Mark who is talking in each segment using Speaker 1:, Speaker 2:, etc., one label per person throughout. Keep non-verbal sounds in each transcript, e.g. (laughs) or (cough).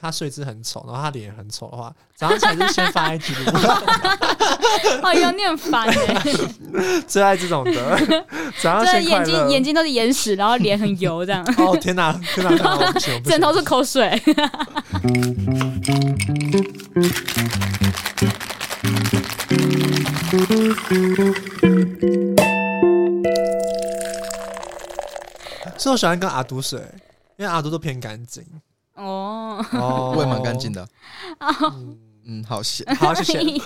Speaker 1: 他睡姿很丑，然后他脸也很丑的话，早上起来就先发 IG 录，
Speaker 2: 哎呦，你很烦哎、
Speaker 1: (laughs) 最爱这种
Speaker 2: (laughs)
Speaker 1: 的。早上
Speaker 2: 这
Speaker 1: 先快
Speaker 2: 眼睛
Speaker 1: 乐。
Speaker 2: 眼睛都是眼屎，然后脸很油，这
Speaker 1: (laughs)
Speaker 2: 样
Speaker 1: 哦天哪，天哪，天哪我不行，我不行
Speaker 2: (laughs) 枕头是口水。
Speaker 1: 所以我喜欢跟阿都睡，因为阿都都偏干净。
Speaker 2: 哦，
Speaker 1: 哦
Speaker 3: (laughs) 我也蛮干净
Speaker 1: 的。
Speaker 3: 的。
Speaker 1: 嗯
Speaker 3: 嗯，好险。
Speaker 1: 好，谢
Speaker 2: (laughs)
Speaker 1: 谢。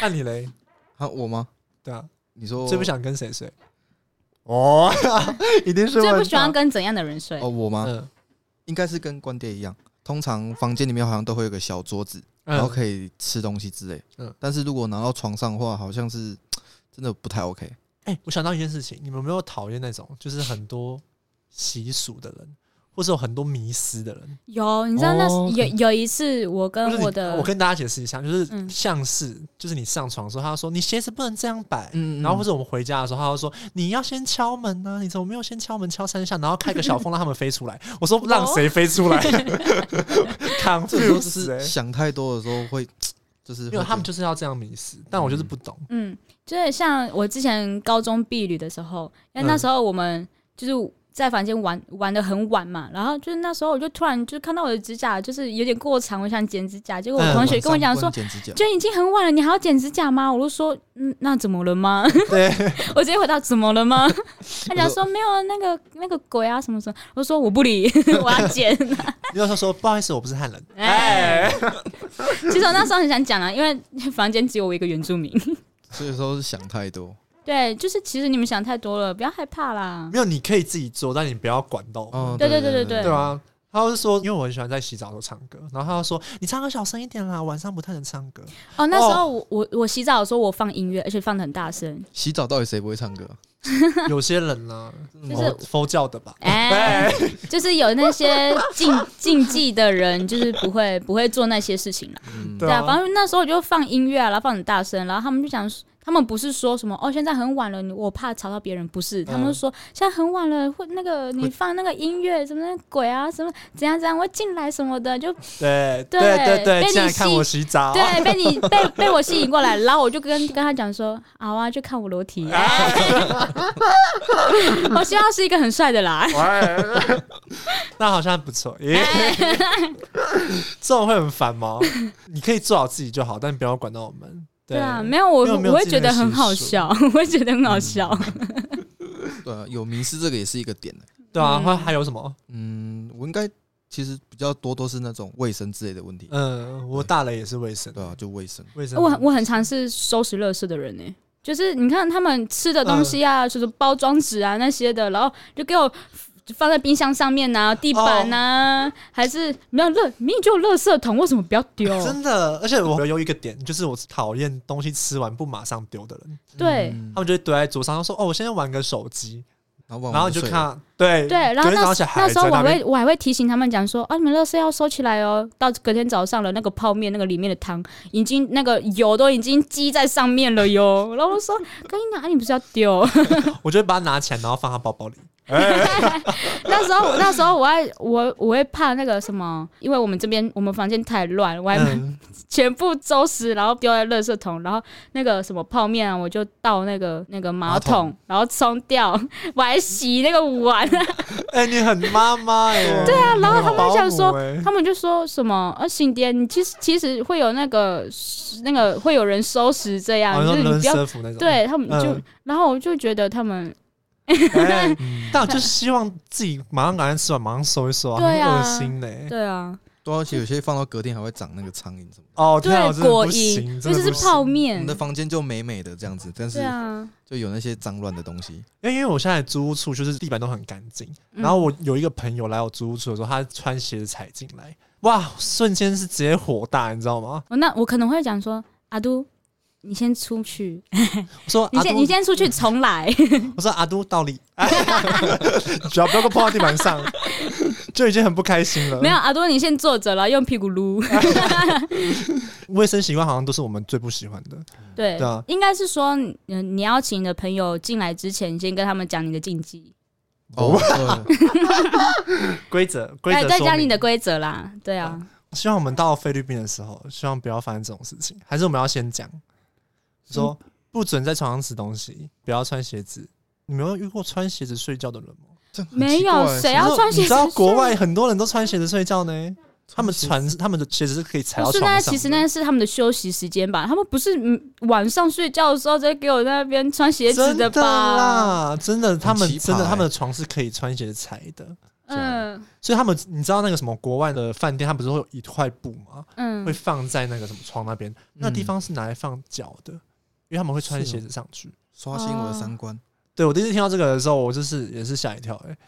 Speaker 1: 那你嘞？
Speaker 3: 啊，我吗？
Speaker 1: 对啊，
Speaker 3: 你说
Speaker 1: 最不想跟谁睡？
Speaker 3: (laughs)
Speaker 1: 哦，一定是
Speaker 2: 最不
Speaker 1: 问
Speaker 2: 喜欢
Speaker 1: 到
Speaker 2: 跟怎样的人睡
Speaker 3: 哦，？我吗？
Speaker 1: 嗯
Speaker 3: 应该是跟关爹一样，通常房间里面好像都会有个小桌子，然后
Speaker 1: 嗯，
Speaker 3: 可以吃东西之类。
Speaker 1: 嗯
Speaker 3: 嗯，但是如果拿到床上的话，好像是真的不太 OK。
Speaker 1: 哎，我想到一件事情，你们有没有讨厌那种就是很多习俗的人，或是有很多迷思的人？
Speaker 2: 有，你知道那
Speaker 1: 哦
Speaker 2: 有有一次，我
Speaker 1: 就
Speaker 2: 跟
Speaker 1: 是你
Speaker 2: 我的
Speaker 1: 我跟大家解释一下，就是
Speaker 2: 嗯
Speaker 1: 像是就是你上床的时候，他说你鞋子不能这样摆，
Speaker 3: 嗯
Speaker 1: 然后或者我们回家的时候，他会说你要先敲门啊呢、你怎么没有先敲门敲三下，然后开个小缝让他们飞出来？我说让谁
Speaker 2: 哦
Speaker 1: 飞出
Speaker 2: (laughs)
Speaker 1: 来
Speaker 3: 这种就
Speaker 1: ？confuse
Speaker 3: (laughs) 是
Speaker 1: 欸
Speaker 3: 想太多的时候会，就是
Speaker 1: 没有，
Speaker 3: 会
Speaker 1: 他们
Speaker 3: 觉
Speaker 1: 就是要这样迷失，但我就是不懂。
Speaker 2: 嗯，就是像我之前高中毕旅的时候，因为
Speaker 1: 嗯
Speaker 2: 那时候我们就是在房间玩玩的很晚嘛，然后就是那时候我就突然就看到我的指甲就是有点过长，我想剪指甲，结
Speaker 1: 嗯
Speaker 2: 果我
Speaker 3: 得
Speaker 2: 同学跟我
Speaker 3: 晚上
Speaker 2: 讲
Speaker 3: 不
Speaker 2: 说
Speaker 3: 能。剪指甲，
Speaker 2: 就已经很晚了，你还要剪指甲吗？我就说，嗯，那怎么了吗？
Speaker 1: 对，
Speaker 2: (laughs) 我直接回答怎么了吗？他讲说没有啊，那个那个鬼啊什么什么。我说我不理， (laughs) 我要剪。
Speaker 1: 你有时候说不好意思，我不是汉人。
Speaker 2: 哎
Speaker 1: 哎，
Speaker 2: (laughs) 其实我那时候很想讲啊，因为房间只有我一个原住民。
Speaker 3: 所以说是想太多。
Speaker 2: 对，就是其实你们想太多了，不要害怕啦。
Speaker 1: 没有，你可以自己做，但你不要管到我。
Speaker 3: 哦，
Speaker 2: 对
Speaker 3: 对
Speaker 2: 对对对
Speaker 1: 对啊，他是说，因为我很喜欢在洗澡的时候唱歌，然后他就说你唱歌小声一点啦，晚上不太能唱歌。
Speaker 2: 哦，那时候我、我我洗澡的时候我放音乐，而且放的很大 (laughs) 声。
Speaker 3: 洗澡到底谁不会唱歌？
Speaker 1: 有些人
Speaker 2: (laughs)
Speaker 1: 呢、
Speaker 3: 就是
Speaker 1: 佛佛教的吧，
Speaker 2: 哎、就是有那些禁禁忌的人，就是不会不会做那些事情啦。
Speaker 3: 嗯，
Speaker 1: 对
Speaker 2: 对
Speaker 1: 啊
Speaker 2: 啊，反正那时候我就放音乐啊，然后放很大声，然后他们就讲，他们不是说什么哦，现在很晚了，你我怕吵到别人，不是，他
Speaker 1: 嗯
Speaker 2: 们就说、现在很晚了，会那个你放那个音乐什么那鬼啊什么怎样怎样会进来什么的，就
Speaker 1: 啊对
Speaker 2: 对
Speaker 1: 对
Speaker 2: 被
Speaker 1: 对，
Speaker 2: 你
Speaker 1: 进来看
Speaker 2: 吸
Speaker 1: 我洗澡，
Speaker 2: 对，被你被被我吸引过来，然后我就跟跟他讲说，好啊，就看我裸
Speaker 1: (laughs)
Speaker 2: 体。哎我希望是一个很帅的啦。
Speaker 1: 那好像不错。耶
Speaker 2: 哎
Speaker 1: (laughs) 这种会很烦吗？你可以做好自己就好，但不要管到我们。
Speaker 2: 对啊，
Speaker 1: 对
Speaker 2: 没有我
Speaker 1: 没有没有
Speaker 2: 我会
Speaker 1: 自
Speaker 2: 觉
Speaker 1: 恋
Speaker 2: 得很
Speaker 1: 习
Speaker 2: 好
Speaker 1: 俗
Speaker 2: 笑， (laughs) 我会觉得很好笑。
Speaker 3: 对啊，有迷失这个也是一个点呢。
Speaker 1: 对啊，
Speaker 2: 嗯
Speaker 1: 还还有什么？
Speaker 3: 嗯，我应该其实比较多都是那种卫生之类的问题，
Speaker 1: 嗯，我大雷也是卫生，
Speaker 3: 对啊，就卫生。
Speaker 1: 卫生。
Speaker 2: 我很我很常是收拾垃圾的人呢、欸就是你看他们吃的东西
Speaker 1: 嗯
Speaker 2: 啊，就是包装纸啊那些的，然后就给我。放在冰箱上面呐、地板呐、
Speaker 1: 哦
Speaker 2: 还是没有垃，明明就有垃圾桶，为什么不要丢？
Speaker 1: 哎真的，而且我有一个点，就是我讨厌东西吃完不马上丢的人，
Speaker 2: 对
Speaker 3: 嗯
Speaker 1: 他们就会堆在桌上，他说：“哦，我现在玩个手机。”
Speaker 3: 然后晚
Speaker 1: 然后
Speaker 3: 晚
Speaker 1: 你就
Speaker 3: 哦睡
Speaker 1: 看
Speaker 3: 了，
Speaker 1: 他，对
Speaker 2: 对，然后
Speaker 1: 隔天
Speaker 2: 那
Speaker 1: 早上起
Speaker 2: 时
Speaker 1: 来还
Speaker 2: 那时候
Speaker 1: 在
Speaker 2: 我
Speaker 1: 那
Speaker 2: 还
Speaker 1: 边
Speaker 2: 会我还会提醒他们讲说啊，你们垃圾要收起来哦，到隔天早上了，那个泡面那个里面的汤已经那个油都已经积在上面了哟。然后我就说跟你讲，啊你不是要丢？
Speaker 1: 我就会把它拿起来，然后放他包包里。
Speaker 2: 那时候那时候我还我我会怕那个什么，因为我们这边我们房间太乱，我还
Speaker 1: 嗯，
Speaker 2: (laughs) 全部收拾，然后丢在垃圾桶，然后那个什么泡面啊，我就倒那个那个马桶，
Speaker 3: 马
Speaker 2: 然后冲掉， (laughs) 我还洗那个
Speaker 1: (laughs)
Speaker 2: 碗。
Speaker 1: 哎，你很妈妈耶。对啊，
Speaker 2: 然后他们
Speaker 1: 保
Speaker 2: 想说
Speaker 1: 姆耶
Speaker 2: 他们就说什么啊，醒爹，你其实其实会有那个那个会有人收拾这样，
Speaker 1: 好
Speaker 2: 啊就是
Speaker 1: 像
Speaker 2: 你
Speaker 1: 轮
Speaker 2: 不要
Speaker 1: 蛇服那种。
Speaker 2: 对他们就，
Speaker 1: 嗯
Speaker 2: 然后我就觉得他们
Speaker 1: 哎
Speaker 3: 嗯
Speaker 1: 但我就是希望自己马上赶快吃完，马上收一收啊，
Speaker 2: 对啊
Speaker 1: 很恶心嘞。
Speaker 2: 对啊，
Speaker 3: 对啊，而且有些放到隔天还会长那个苍蝇什么的。
Speaker 1: 哦，天啊， (laughs) 我
Speaker 2: 对
Speaker 1: 真的
Speaker 2: 果
Speaker 1: 不
Speaker 2: 蝇
Speaker 1: 行，
Speaker 2: 就
Speaker 1: 真的
Speaker 2: 是
Speaker 1: 不行
Speaker 2: 泡
Speaker 3: 我
Speaker 2: 面
Speaker 3: 们的，房间就美美的这样子，但是
Speaker 2: 嗯对啊，
Speaker 3: 就有那些脏乱的东西。
Speaker 1: 因为因为我现在租屋处就是地板都很干净，
Speaker 2: 嗯
Speaker 1: 然后我有一个朋友来我租屋处的时候，他穿鞋子踩进来，哇，瞬间是直接火大，你知道吗？
Speaker 2: 我哦那我可能会讲说阿都。你先出去，
Speaker 1: 我说
Speaker 2: 你
Speaker 1: 啊阿
Speaker 2: 先你
Speaker 1: 都，嗯
Speaker 2: 先出去重来，
Speaker 1: 我说阿都道理， (laughs) 只要不要给我碰到地板上， (laughs) 就已经很不开心了。
Speaker 2: (laughs) 没有阿多，你先坐着，然后用屁股撸。
Speaker 1: 嗯卫生习惯好像都是我们最不喜欢的，
Speaker 2: (laughs) 对，
Speaker 1: 对啊
Speaker 2: 呃应该是说，嗯、你要请你的朋友进来之前，先跟他们讲你的禁忌。
Speaker 3: 哦，对
Speaker 1: 规则规
Speaker 2: 哎，
Speaker 1: 则
Speaker 2: 再
Speaker 1: 说
Speaker 2: 加你
Speaker 1: 明嗯
Speaker 2: 的。规则啦，对啊，
Speaker 1: 希望我们到菲律宾的时候，希望不要发生这种事情。还是我们要先讲，
Speaker 3: 嗯
Speaker 1: 说不准在床上吃东西，不要穿鞋子。你们有遇过穿鞋子睡觉的人吗？
Speaker 3: 这很
Speaker 2: 没
Speaker 3: 奇怪啊
Speaker 2: 有谁要
Speaker 1: 你知道
Speaker 2: 穿鞋
Speaker 1: 你
Speaker 2: 子
Speaker 1: 知道国
Speaker 2: 睡
Speaker 1: 外很多人都穿鞋子睡觉呢，他们
Speaker 3: 鞋
Speaker 1: 穿他们的鞋子是可以踩到
Speaker 2: 不是
Speaker 1: 床
Speaker 2: 那
Speaker 1: 上的。
Speaker 2: 其实那是他们的休息时间吧？他们不是嗯晚上睡觉的时候在给我在那边穿鞋子
Speaker 1: 真的
Speaker 2: 吧？
Speaker 1: 啦，真的，他们
Speaker 3: 奇葩
Speaker 1: 真的，
Speaker 3: 欸
Speaker 1: 他们的床是可以穿鞋子踩的，
Speaker 2: 嗯
Speaker 1: 所以他们你知道那个什么国外的饭店，他不是会有一块布吗？会
Speaker 2: 嗯，
Speaker 1: 放在那个什么床那边，那地方是拿来放脚的，因为他们会穿
Speaker 3: 是哦
Speaker 1: 鞋子上去。
Speaker 3: 刷新我的三观。
Speaker 2: 哦
Speaker 1: 对我第一次听到这个的时候，我就是也是吓一跳哎、欸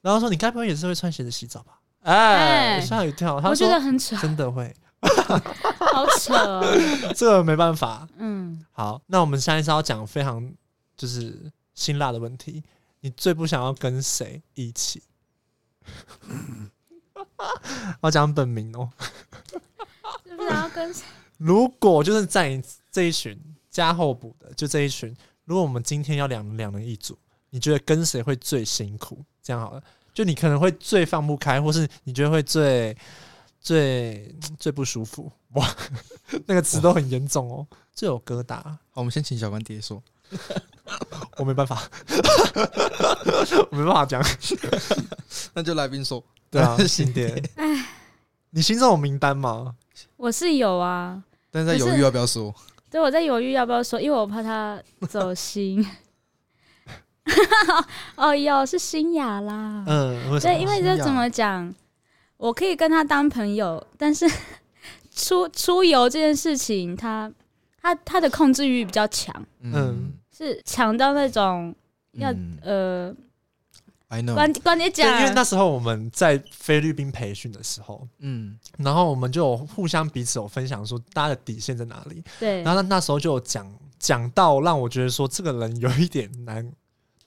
Speaker 1: 然后说你该不会也是会穿鞋子洗澡吧？哎、
Speaker 2: 哎
Speaker 1: 吓一跳。他
Speaker 2: 我觉得
Speaker 1: 说
Speaker 2: 很扯，
Speaker 1: 真的会，
Speaker 2: 好扯哦，
Speaker 1: 这个没办法。 (laughs)
Speaker 2: 嗯，
Speaker 1: 好，那我们下一次要讲非常就是辛辣的问题，你最不想要跟谁一起？ (laughs) 我讲本名哦。
Speaker 2: 是不是要跟谁？
Speaker 1: 如果就是在你这一群加候补的，就这一群，如果我们今天要两两人一组，你觉得跟谁会最辛苦？这样好了，就你可能会最放不开，或是你觉得会最最最不舒服。哇， (laughs) 那个词都很严重哦，最有疙瘩，
Speaker 3: 好，我们先请小关爹说，
Speaker 1: 我没办法，我没办法讲。
Speaker 3: 那就来宾说。
Speaker 1: 对啊，
Speaker 3: 新
Speaker 1: 新
Speaker 2: (laughs)
Speaker 1: 爹，你心中有名单吗？
Speaker 2: 我是有啊，
Speaker 3: 但是在犹豫要不要说，
Speaker 2: 对，我在犹豫要不要说，因为我怕他走心。 (laughs) 哦哟，是新雅啦，
Speaker 1: 嗯，为什
Speaker 2: 对，
Speaker 1: 么？
Speaker 2: 因为
Speaker 3: 新
Speaker 2: 这
Speaker 3: 雅
Speaker 2: 怎么讲，我可以跟他当朋友，但是 (laughs) 出出游这件事情，他他他的控制欲比较强，
Speaker 1: 嗯
Speaker 2: 是强到那种要、
Speaker 3: 嗯
Speaker 2: 呃
Speaker 3: ，I know，
Speaker 2: 关关节
Speaker 1: 嗯对因为
Speaker 2: 讲，
Speaker 1: 那时候我们在菲律宾培训的时候，
Speaker 3: 嗯，
Speaker 1: 然后我们就有互相彼此有分享说大家的底线在哪里，
Speaker 2: 对
Speaker 1: 然后那那时候就有讲讲到让我觉得说这个人有一点难，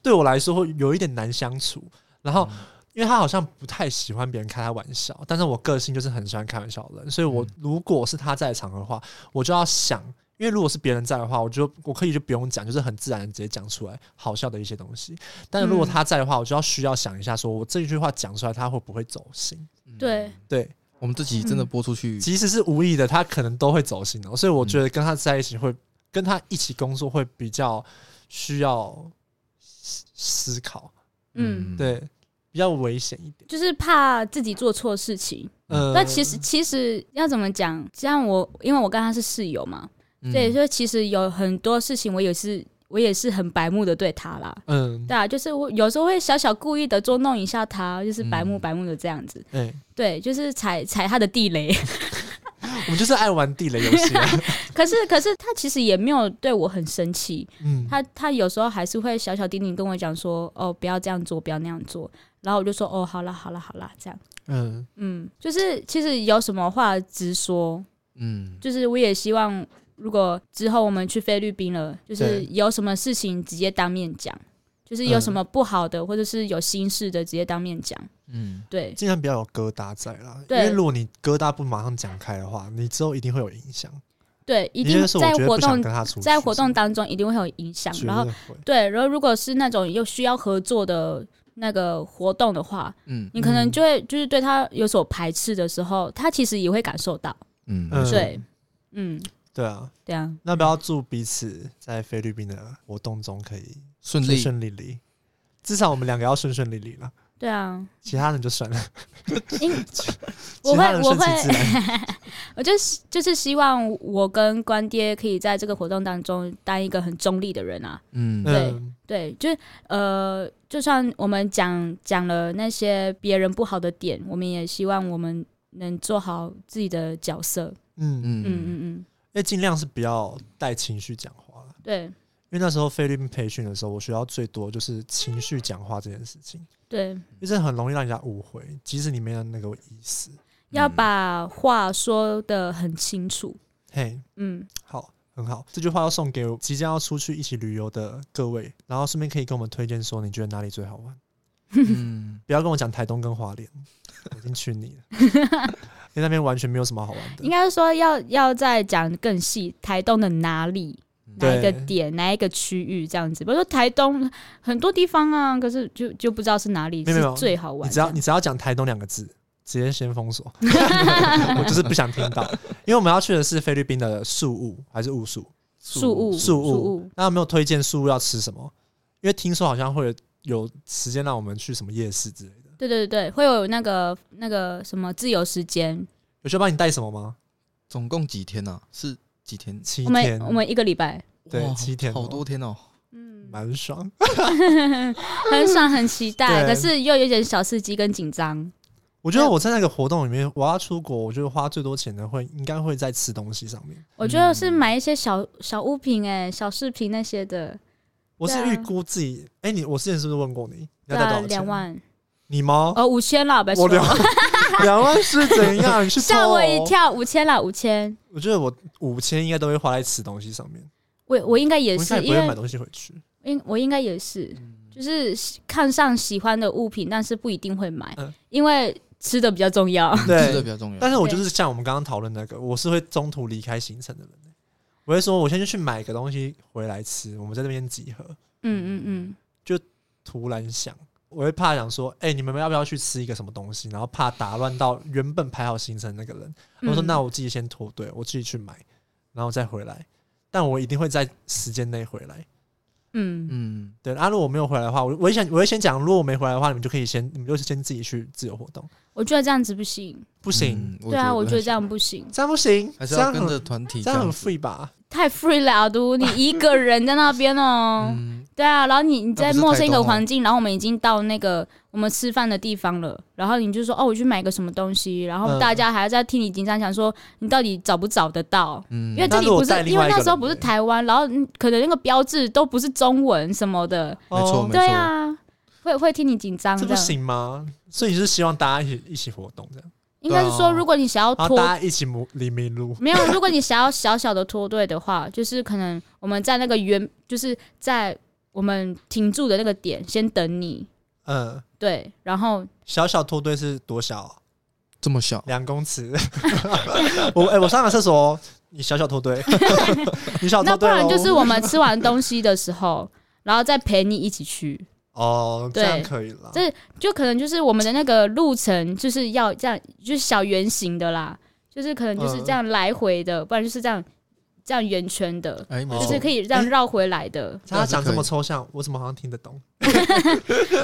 Speaker 1: 对我来说会有一点难相处。然后因为他好像不太喜欢别人开他玩笑，但是我个性就是很喜欢开玩笑的人，所以我
Speaker 3: 嗯
Speaker 1: 如果是他在的场合的话，我就要想。因为如果是别人在的话，我就我可以就不用讲，就是很自然地直接讲出来好笑的一些东西。但是如果
Speaker 2: 嗯
Speaker 1: 他在的话，我就要需要想一下说我这一句话讲出来他会不会走心？
Speaker 3: 嗯
Speaker 2: 对，嗯
Speaker 1: 对，
Speaker 3: 我们这集真的播出去，
Speaker 1: 即使是无意的，他可能都会走心的、所以我觉得跟他在一起会，跟他一起工作会比较需要思思考，
Speaker 2: 嗯，
Speaker 1: 对，比较危险一点。
Speaker 2: 就是怕自己做错事情。
Speaker 1: 嗯，
Speaker 2: 但其实其实要怎么讲，像我因为我跟他是室友嘛，
Speaker 3: 嗯，
Speaker 2: 对，所以其实有很多事情我也是我也是很白目的对他啦。
Speaker 1: 嗯，
Speaker 2: 对啊，就是我有时候会小小故意的捉弄一下他，就是白目
Speaker 3: 嗯
Speaker 2: 白目的这样子。
Speaker 1: 哎、
Speaker 2: 对，就是踩踩他的地雷。 (laughs)
Speaker 1: 我们就是爱玩地雷游戏啊。
Speaker 2: 可是可是他其实也没有对我很生气，
Speaker 1: 嗯，
Speaker 2: 他他有时候还是会小小叮咛跟我讲说，哦，不要这样做，不要那样做。然后我就说，哦，好啦，好啦，好啦，这样。
Speaker 1: 嗯，
Speaker 2: 嗯，就是其实有什么话直说，
Speaker 3: 嗯，
Speaker 2: 就是我也希望，如果之后我们去菲律宾了，就是
Speaker 1: 对
Speaker 2: 有什么事情直接当面讲，就是有什么不好的、或者是有心事的直接当面讲。
Speaker 3: 嗯，
Speaker 2: 对，
Speaker 1: 尽量不要有疙瘩在啦，因
Speaker 2: 对
Speaker 1: 为如果你疙瘩不马上讲开的话，你之后一定会有影响。
Speaker 2: 对，一
Speaker 1: 你
Speaker 2: 定
Speaker 1: 就是我
Speaker 2: 在
Speaker 1: 绝对
Speaker 2: 活
Speaker 1: 不想
Speaker 2: 动
Speaker 1: 跟他出去
Speaker 2: 在活动当中一定会有影响，
Speaker 1: 绝
Speaker 2: 然后
Speaker 1: 对会。
Speaker 2: 对，然后如果是那种又需要合作的那个活动的话，
Speaker 3: 嗯，
Speaker 2: 你可能
Speaker 1: 嗯
Speaker 2: 就会就是对他有所排斥的时候，他其实也会感受到。
Speaker 3: 嗯，
Speaker 1: 嗯
Speaker 2: 对，嗯，
Speaker 1: 对啊，
Speaker 2: 对啊，
Speaker 1: 那不要祝彼此在菲律宾的活动中可以
Speaker 3: 顺
Speaker 1: 顺
Speaker 3: 利，
Speaker 1: 顺利利，至少我们两个要顺顺利利了。
Speaker 2: 对啊，
Speaker 1: 其他人就算了，
Speaker 2: 因
Speaker 1: 其
Speaker 2: 我
Speaker 1: 他
Speaker 2: 会
Speaker 1: 人
Speaker 2: 我
Speaker 1: 顺其自
Speaker 2: 会，
Speaker 1: 然。
Speaker 2: 我呃就是就是希望我跟关爹可以在这个活动当中当一个很中立的人啊。
Speaker 3: 嗯，
Speaker 2: (laughs) 对
Speaker 1: 嗯
Speaker 2: 对，就是呃，就算我们讲讲了那些别人不好的点，我们也希望我们能做好自己的角色。
Speaker 1: 嗯，
Speaker 2: 嗯嗯
Speaker 3: 嗯，
Speaker 2: 嗯，
Speaker 1: 因为尽量是不要带情绪讲话啦
Speaker 2: 对
Speaker 1: 因为那时候菲律宾培训的时候，我学到最多就是情绪讲话这件事情，
Speaker 2: 对，
Speaker 1: 因为这很容易让人家误会，即使你没有那个意思。
Speaker 2: 要把话说的很清楚。
Speaker 1: 嘿，
Speaker 2: 嗯。
Speaker 1: 好，很好，这句话要送给即将要出去一起旅游的各位，然后顺便可以跟我们推荐说你觉得哪里最好玩，
Speaker 3: 嗯，
Speaker 1: 不要跟我讲台东跟花莲，我已经去
Speaker 2: (laughs)
Speaker 1: 你了，因为那边完全没有什么好玩的
Speaker 2: 应。该说要要再讲更细，台东的哪里？
Speaker 3: 嗯
Speaker 2: 哪一个
Speaker 1: 对
Speaker 2: 点、哪一个区域这样子。比如说台东很多地方啊，可是就就不知道是哪里
Speaker 1: 没有没
Speaker 2: 是
Speaker 1: 有
Speaker 2: 最好玩
Speaker 1: 你
Speaker 2: 的。
Speaker 1: 只要你只要讲台东两个字，直接先封锁。 (laughs) 我就是不想听到，因为我们要去的是菲律宾的宿务还是雾宿？
Speaker 2: 树屋，
Speaker 1: 宿
Speaker 2: 树
Speaker 1: 务
Speaker 2: 屋。
Speaker 1: 那有没有推荐宿务要吃什么？因为听说好像会有有时间让我们去什么夜市之类的。
Speaker 2: 对对对，会有那个那个什么自由时间，
Speaker 1: 有需要帮你带什么吗？
Speaker 3: 总共几天啊？是几天？
Speaker 1: 七
Speaker 2: 我们
Speaker 1: 天，
Speaker 2: 我们一个礼拜，
Speaker 1: 对
Speaker 3: 哇
Speaker 1: 七天哦
Speaker 3: 好多天哦。
Speaker 2: 嗯，
Speaker 1: 蛮爽。
Speaker 2: 很爽，很期待，
Speaker 1: 对
Speaker 2: 可是又有点小刺激跟紧张。
Speaker 1: 我觉得我在那个活动里面，我要出国，我觉得花最多钱的会应该会在吃东西上面。
Speaker 2: 我觉得是买一些小小物品、哎，小饰品那些的，
Speaker 1: 我是
Speaker 2: 对啊
Speaker 1: 预估自己，哎、你我之前是不是问过你，你要
Speaker 2: 对
Speaker 1: 带多少，
Speaker 2: 啊
Speaker 1: 钱？
Speaker 2: 两万，
Speaker 1: 你吗？
Speaker 2: 哦，五千啦，不要
Speaker 1: 我
Speaker 2: 说
Speaker 1: 两两万是怎样？你去偷
Speaker 2: 吓我一
Speaker 1: 哦！
Speaker 2: 跳，五千啦，五千，
Speaker 1: 我觉得我五千应该都会花在吃东西上面，
Speaker 2: 我我应该也
Speaker 1: 我应该
Speaker 2: 是，
Speaker 1: 也
Speaker 2: 因
Speaker 1: 不会买嗯
Speaker 2: 为
Speaker 1: 东西回去。
Speaker 2: 应我应该也是，就是看上喜欢的物品，但是不一定会买，
Speaker 1: 嗯
Speaker 2: 因为吃的比较重要。
Speaker 1: 对
Speaker 3: (laughs) 吃的比较重要。
Speaker 1: 但是我就是像我们刚刚讨论那个，我是会中途离开行程的人、欸我会说，我先去买个东西回来吃，我们在那边集合。
Speaker 2: 嗯嗯嗯，
Speaker 1: 突然想，我会怕想说，哎、你们要不要去吃一个什么东西？然后怕打乱到原本排好行程那个人。我说，
Speaker 2: 嗯
Speaker 1: 那我自己先脱队，我自己去买，然后再回来。但我一定会在时间内回来。
Speaker 2: 嗯
Speaker 3: 嗯，
Speaker 1: 对，啊，如果我没有回来的话，我我也想，我会先讲，如果我没回来的话，你们就可以先，你们就先自己去自由活动。
Speaker 2: 我觉得这样子不行，
Speaker 1: 不行，
Speaker 3: 嗯
Speaker 2: 对啊，我觉得这样不行，
Speaker 1: 这样不行，
Speaker 3: (laughs) 还是
Speaker 1: 这样
Speaker 3: 要跟着
Speaker 1: 很
Speaker 3: 团体
Speaker 1: 这样很
Speaker 3: 样子
Speaker 1: free 吧？
Speaker 2: 太 free 了，阿都，你一个人在那
Speaker 1: (laughs)
Speaker 2: 边哦、
Speaker 3: 嗯，
Speaker 2: 对啊，然后你你在
Speaker 3: 那不是
Speaker 2: 陌生一
Speaker 3: 台
Speaker 2: 个
Speaker 1: 哦
Speaker 3: 东吗
Speaker 2: 环境，然后我们已经到那个我们吃饭的地方了，然后你就说哦，我去买个什么东西，然后
Speaker 1: 嗯
Speaker 2: 大家还在替你紧张，想说你到底找不找得到？
Speaker 3: 嗯
Speaker 2: 因为这里
Speaker 1: 那如果
Speaker 2: 不是
Speaker 1: 带，另
Speaker 2: 因
Speaker 1: 外
Speaker 2: 为
Speaker 1: 一个
Speaker 2: 那时候
Speaker 1: 人
Speaker 2: 不是
Speaker 1: 呢
Speaker 2: 台湾，然后嗯可能那个标志都不是中文什么的，
Speaker 3: 没错
Speaker 1: 哦
Speaker 3: 没错
Speaker 2: 对啊，会会替你紧张
Speaker 1: 这
Speaker 2: 的
Speaker 1: 不。行吗？所以你是希望大家一起一起活动这样，
Speaker 2: 应该是
Speaker 3: 对
Speaker 2: 说，
Speaker 3: 啊
Speaker 2: 如果你想要
Speaker 1: 然后
Speaker 2: 脱
Speaker 1: 大家一起迷里迷路。
Speaker 2: 没有，如果你想要小小的脱队的话，就是可能我们在那个原，就是在我们停住的那个点先等你，
Speaker 1: 嗯，
Speaker 2: 对，然后
Speaker 1: 小小脱队是多小、啊？
Speaker 3: 这么小，
Speaker 1: 两公尺。我哎、我上个厕所哦，你小小脱队，你小
Speaker 2: 那
Speaker 1: 脱
Speaker 2: 不
Speaker 1: 队哦。
Speaker 2: 然就是我们吃完东西的时候，然后再陪你一起去，
Speaker 1: 哦，这
Speaker 2: 对
Speaker 1: 样可以了。
Speaker 2: 这就可能就是我们的那个路程就是要这样，就是小圆形的啦，就是可能就是这样来回的，不然就是这样这样圆圈的，
Speaker 3: 哎，没
Speaker 1: 哦
Speaker 2: 就是
Speaker 3: 错
Speaker 2: 可以这样绕回来的。
Speaker 1: 他讲这么抽象，我怎么好像听得懂？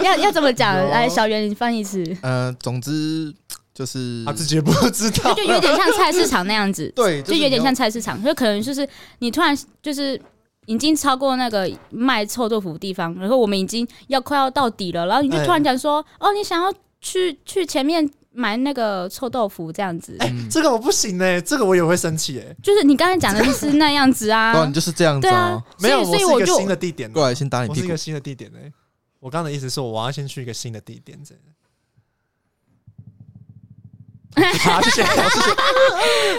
Speaker 2: 要要怎么讲？
Speaker 3: 有
Speaker 2: 来，小圆，你翻一次，
Speaker 3: 呃，总之就是
Speaker 1: 他自己也不知道
Speaker 2: 就有点像菜市场那样子。
Speaker 3: 对，
Speaker 2: 就有点像菜市场，就可能就是你突然就是已经超过那个卖臭豆腐的地方，然后我们已经要快要到底了，然后你就
Speaker 1: 哎
Speaker 2: 突然讲说，哦，你想要去去前面买那个臭豆腐这样子，
Speaker 3: 嗯
Speaker 1: 这个我不行呢、这个我也会生气哎、
Speaker 2: 就是你刚才讲的是那样子
Speaker 1: (laughs)
Speaker 3: 对啊，
Speaker 2: 啊
Speaker 3: 你，就是这样子
Speaker 2: 对啊
Speaker 3: 啊，，
Speaker 1: 没有，
Speaker 2: 所以
Speaker 1: 我
Speaker 2: 所
Speaker 1: 是
Speaker 2: 以
Speaker 1: 一个
Speaker 2: 就
Speaker 1: 新的地点啊、
Speaker 3: 过来先打你
Speaker 1: 我是
Speaker 3: 屁
Speaker 1: 一
Speaker 3: 股
Speaker 1: 个，新的地点呢、我刚刚的意思是我要先去一个新的地点，这样。好，谢谢，好，谢谢，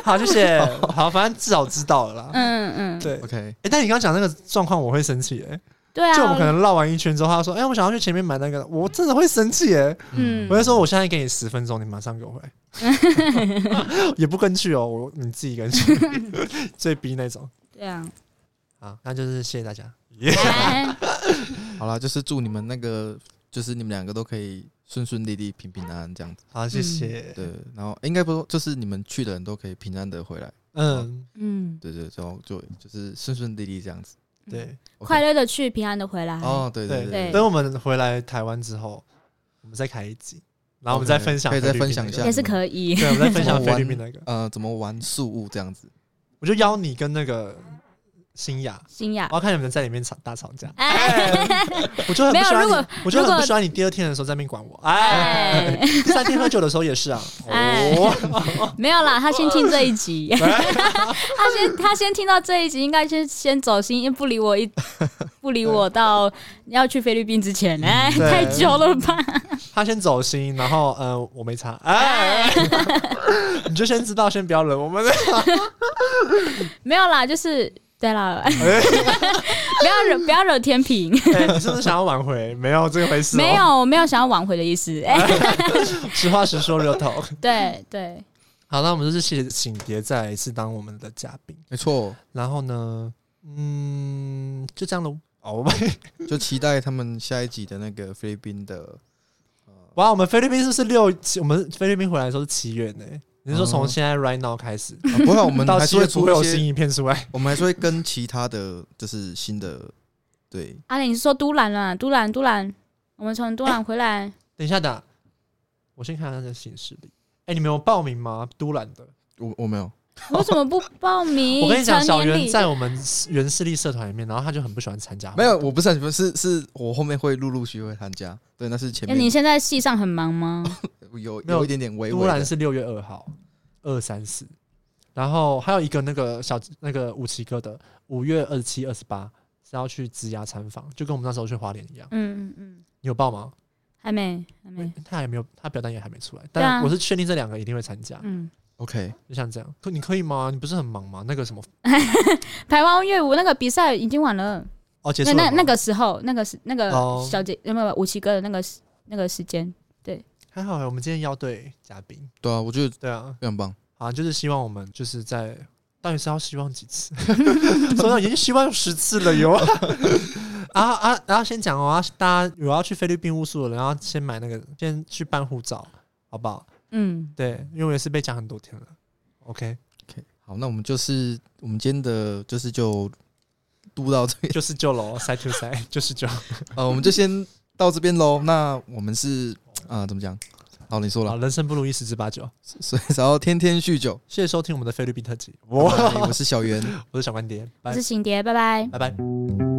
Speaker 1: 好，谢谢，好，反正至少知道了啦。
Speaker 2: 嗯嗯，
Speaker 1: 对，哎、
Speaker 3: OK，
Speaker 1: 但你刚刚讲那个状况，我会生气哎、
Speaker 2: 对啊，
Speaker 1: 就我们可能绕完一圈之后，他说：“哎、我想要去前面买那个。”我真的会生气哎、
Speaker 2: 嗯
Speaker 1: 我，会说：“我现在给你十分钟，你马上给我回来。”也不跟去哦，我你自己跟去，最逼那种。
Speaker 2: 对啊，
Speaker 1: 好，那就是谢谢大家。
Speaker 2: 哎
Speaker 3: 好啦，就是祝你们那个，就是你们两个都可以顺顺利利、平平安安这样子。
Speaker 1: 好，谢谢。
Speaker 3: 嗯对，然后、诶应该不说，就是你们去的人都可以平安的回来。
Speaker 1: 嗯，
Speaker 2: (laughs) 嗯，
Speaker 3: 对对，然后就就是顺顺利利这样子。
Speaker 1: 对。
Speaker 3: OK
Speaker 2: 快乐的去，平安的回来，
Speaker 3: 哦，对对
Speaker 2: 哎对
Speaker 1: 等我们回来台湾之后，我们再开一集，然后我们再分享
Speaker 3: 可
Speaker 1: 菲律
Speaker 3: 以
Speaker 1: 宾那个，
Speaker 3: 再分享一下
Speaker 2: 也是可以，
Speaker 1: 对，我们啊再分
Speaker 3: 怎么
Speaker 1: 享菲律
Speaker 3: 玩
Speaker 1: 宾那个。
Speaker 3: 呃，怎么玩宿务这样子？
Speaker 1: 我就邀你跟那个新雅，
Speaker 2: 新雅
Speaker 1: 我，要看你们在里面吵大吵架。
Speaker 2: 哎
Speaker 1: 我就很
Speaker 2: 没
Speaker 1: 不
Speaker 2: 有
Speaker 1: 喜欢
Speaker 2: 如果
Speaker 1: 你，我就
Speaker 2: 如
Speaker 1: 很
Speaker 2: 果
Speaker 1: 不喜欢你第二天的时候在那边管我。哎，
Speaker 2: 哎，
Speaker 1: 第三天喝酒的时候也是
Speaker 2: (laughs)
Speaker 1: 啊。
Speaker 2: 哎
Speaker 1: 哦，
Speaker 2: (laughs) 没有啦，他先听这一
Speaker 1: (laughs)
Speaker 2: 集，
Speaker 1: 哎
Speaker 2: (laughs) 他先他先听到这一集，应该先先走心，不
Speaker 1: (laughs)
Speaker 2: 理我一不理我到要去菲律宾之前，哎，
Speaker 1: 嗯对
Speaker 2: 太久了吧？
Speaker 1: 他先走心，然后呃，我没差。哎，你就先知道，先不要惹我
Speaker 2: (laughs)
Speaker 1: 们。
Speaker 2: 没有啦，就是对啦， (laughs) 不要惹不要惹天平，
Speaker 1: 哎你是哦不是想要挽回？没有这回事。
Speaker 2: 没，有我没有想要挽回的意思，哎，
Speaker 1: 实话实说，热头。
Speaker 2: 对对，
Speaker 1: 好，那我们就是谢谢请别再来一次当我们的嘉宾。
Speaker 3: 没错，
Speaker 1: 然后呢，嗯，就这样喽。哦，我们
Speaker 3: 就期待他们下一集的那个菲律宾的，
Speaker 1: (laughs) 哇，我们菲律宾是不是六？七我们菲律宾回来的时候是七月呢？你是说从
Speaker 3: 哦
Speaker 1: 现在 right now 开始，
Speaker 3: 啊不会啊，我
Speaker 1: (laughs)
Speaker 3: 们
Speaker 1: 到
Speaker 3: 还
Speaker 1: 七
Speaker 3: 是
Speaker 1: 月
Speaker 3: 会
Speaker 1: 初
Speaker 3: 出
Speaker 1: 会有
Speaker 3: 一些
Speaker 1: 新影片出来？
Speaker 3: 我们还是会跟其他的就是新的，对，
Speaker 2: 阿磊，你是说都兰啦？都兰，都兰，我们从都兰回来，
Speaker 1: 等一下打，我先看看他的行事历。哎、你们有报名吗？都兰的，
Speaker 3: 我我没有，
Speaker 2: 我
Speaker 1: (laughs)
Speaker 2: 怎么不报名？
Speaker 1: 我跟你讲，
Speaker 2: 成
Speaker 1: 小
Speaker 2: 年
Speaker 1: 袁
Speaker 2: 礼
Speaker 1: 在我们原势力社团里面，然后他就很不喜欢参加。
Speaker 3: 没有，我不是很喜欢，是是我后面会陆陆续续会参加，对，那是前
Speaker 2: 哎，你
Speaker 3: 面
Speaker 2: 现在戏上很
Speaker 1: (laughs)
Speaker 2: 忙吗？
Speaker 3: 有
Speaker 1: 没有
Speaker 3: 有一点点微
Speaker 1: 都
Speaker 3: 微
Speaker 1: 兰
Speaker 3: 的，
Speaker 1: 是六月二号、二三四，然后还有一个那个小那个五七哥的五月二十七、二十八是要去植牙参访，就跟我们那时候去花莲一样。
Speaker 2: 嗯嗯嗯，
Speaker 1: 你有报吗？
Speaker 2: 还没，还没，
Speaker 1: 他还没有，他表单也还没出来，
Speaker 2: 对啊
Speaker 1: 但我是确定这两个一定会参加。
Speaker 2: 嗯，
Speaker 3: OK，
Speaker 1: 就像这样，可你可以吗？你不是很忙吗？那个什么
Speaker 2: 台湾乐舞那个比赛已经完了，
Speaker 1: 哦，结束
Speaker 2: 那
Speaker 1: 了
Speaker 2: 那
Speaker 1: 吗
Speaker 2: 那个时候，那个时那个
Speaker 1: 哦
Speaker 2: 小姐，那个五七哥的那个时那个时间，
Speaker 1: 还好欸，我们今天邀对嘉宾，
Speaker 3: 对啊，我觉得
Speaker 1: 对啊，
Speaker 3: 非常棒，
Speaker 1: 好，就是希望我们就是在到底是要希望几次， (laughs) 所以我已经希望十次了哟。 (laughs) 啊啊！然后先讲哦，啊大家有要去菲律宾乌苏的人，要先买那个，先去办护照，好不好？
Speaker 2: 嗯，
Speaker 1: 对，因为我也是被讲很多天了。OK，
Speaker 3: 好，那我们就是我们今天的就是就录到这， (laughs)
Speaker 1: 就是救喽， (laughs) 塞就塞，就是救。
Speaker 3: 呃，我们就先到这边喽。那我们是啊、怎么讲？好，你说
Speaker 1: 好，
Speaker 3: 了，
Speaker 1: 人生不如意十之八九。
Speaker 3: 所以然后天天酗酒。哎
Speaker 1: 谢谢收听我们的菲律宾特辑，我
Speaker 3: 我我是小袁。
Speaker 1: 我是小观点，拜
Speaker 2: 我是醒蝶，拜拜。
Speaker 1: 拜拜。